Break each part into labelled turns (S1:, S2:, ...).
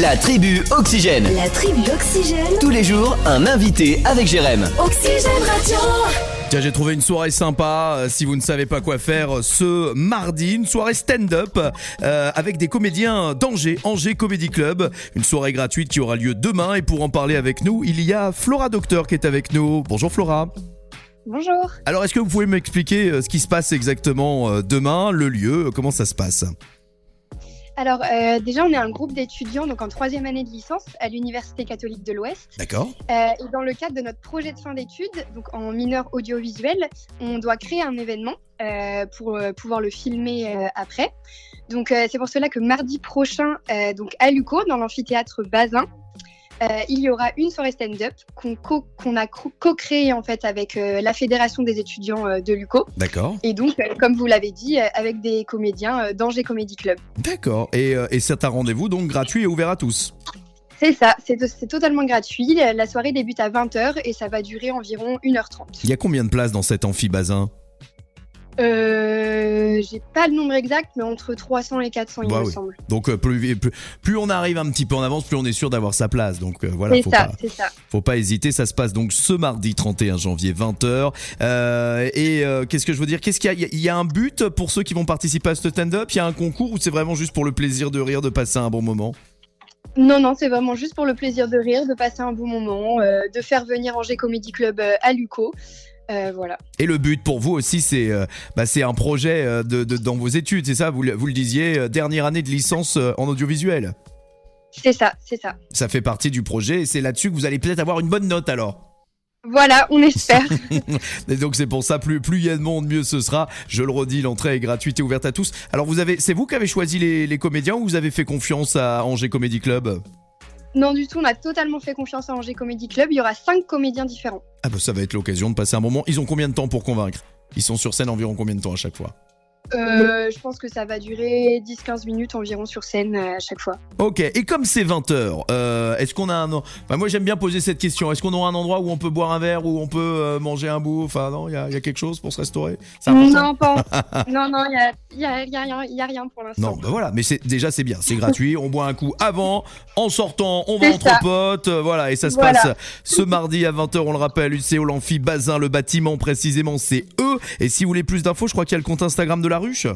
S1: La tribu Oxygène.
S2: La tribu Oxygène.
S1: Tous les jours, un invité avec Jérém.
S2: Oxygène Radio.
S3: Tiens, j'ai trouvé une soirée sympa, euh, si vous ne savez pas quoi faire, euh, ce mardi, une soirée stand-up euh, avec des comédiens d'Angers, Angers Comedy Club, une soirée gratuite qui aura lieu demain et pour en parler avec nous, il y a Flora Docteur qui est avec nous. Bonjour Flora.
S4: Bonjour.
S3: Alors, est-ce que vous pouvez m'expliquer euh, ce qui se passe exactement euh, demain, le lieu, euh, comment ça se passe
S4: Alors, euh, déjà, on est un groupe d'étudiants, donc en troisième année de licence à l'Université catholique de l'Ouest.
S3: D'accord.
S4: Euh, et dans le cadre de notre projet de fin d'études, donc en mineur audiovisuel, on doit créer un événement euh, pour euh, pouvoir le filmer euh, après. Donc, euh, c'est pour cela que mardi prochain, euh, donc à Luco, dans l'amphithéâtre Bazin, euh, il y aura une soirée stand-up qu'on co- qu'on a co- co-créée en fait avec euh, la Fédération des étudiants euh, de Luco.
S3: D'accord.
S4: Et donc, euh, comme vous l'avez dit, euh, avec des comédiens euh, d'Angers Comedy Club.
S3: D'accord. Et, euh, et c'est un rendez-vous donc gratuit et ouvert à tous.
S4: C'est ça, c'est c'est totalement gratuit. La soirée débute à 20h et ça va durer environ 1h30.
S3: Il y a combien de places dans cet amphibazin
S4: Euh, J'ai pas le nombre exact, mais entre 300 et 400, il
S3: Bah
S4: me
S3: oui.
S4: semble.
S3: Donc euh, plus, plus, plus on arrive un petit peu en avance, plus on est sûr d'avoir sa place. Donc euh, voilà,
S4: c'est
S3: faut
S4: ça,
S3: pas,
S4: c'est ça.
S3: faut pas hésiter. Ça se passe donc ce mardi 31 janvier 20h. Euh, et euh, qu'est-ce que je veux dire Qu'est-ce qu'il y a Il y a- il y a un but pour ceux qui vont participer à ce stand-up Il y a un concours ou c'est vraiment juste pour le plaisir de rire, de passer un bon moment
S4: Non, non, c'est vraiment juste pour le plaisir de rire, de passer un bon moment, euh, de faire venir Angers Comedy Club euh, à Luco. Euh, voilà.
S3: Et le but pour vous aussi, c'est euh, bah, c'est un projet euh, de, de- dans vos études, c'est ça vous, le- vous le disiez, euh, dernière année de licence euh, en audiovisuel.
S4: C'est ça, c'est ça.
S3: Ça fait partie du projet et c'est là-dessus que vous allez peut-être avoir une bonne note alors.
S4: Voilà, on espère.
S3: Et donc c'est pour ça, plus plus il y a de monde, mieux ce sera. Je le redis, l'entrée est gratuite et ouverte à tous. Alors vous avez, c'est vous qui avez choisi les, les comédiens ou vous avez fait confiance à Angers Comedy Club
S4: non, du tout, on a totalement fait confiance à Angers Comedy Club. Il y aura cinq comédiens différents.
S3: Ah bah ça va être l'occasion de passer un moment. Ils ont combien de temps pour convaincre Ils sont sur scène environ combien de temps à chaque fois
S4: Euh, je pense que ça va durer 10-15 minutes environ sur scène euh, à chaque fois.
S3: Ok, et comme c'est 20h, est-ce qu'on a un... Enfin, moi j'aime bien poser cette question, est-ce qu'on aura un endroit où on peut boire un verre, où on peut euh, manger un bout Enfin non, il y, a- il y a quelque chose pour se restaurer C'est important
S4: Non, pas en- non, non, il n'y a, y a rien- y a rien pour
S3: Non,
S4: l'instant.
S3: bah voilà, mais c'est déjà c'est bien, c'est gratuit, on boit un coup avant, en sortant, on va
S4: C'est
S3: entre
S4: ça.
S3: potes, euh, voilà, et ça se
S4: Voilà.
S3: passe ce mardi à 20h, on le rappelle, UCO, l'amphi, Bazin, le bâtiment précisément, c'est eux, et si vous voulez plus d'infos, je crois qu'il y a le compte Instagram de la ruche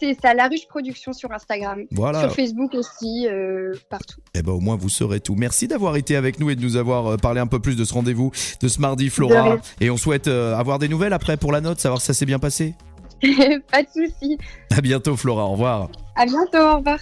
S4: C'est ça, La Ruche Production sur Instagram.
S3: Voilà.
S4: Sur Facebook aussi, euh, partout.
S3: Eh ben au moins vous saurez tout. Merci d'avoir été avec nous et de nous avoir euh, parlé un peu plus de ce rendez-vous de ce mardi
S4: De
S3: Flora.
S4: rien.
S3: Et on souhaite euh, avoir des nouvelles après pour la note, savoir si ça s'est bien passé.
S4: pas de soucis.
S3: À bientôt Flora, au revoir.
S4: À bientôt, au revoir.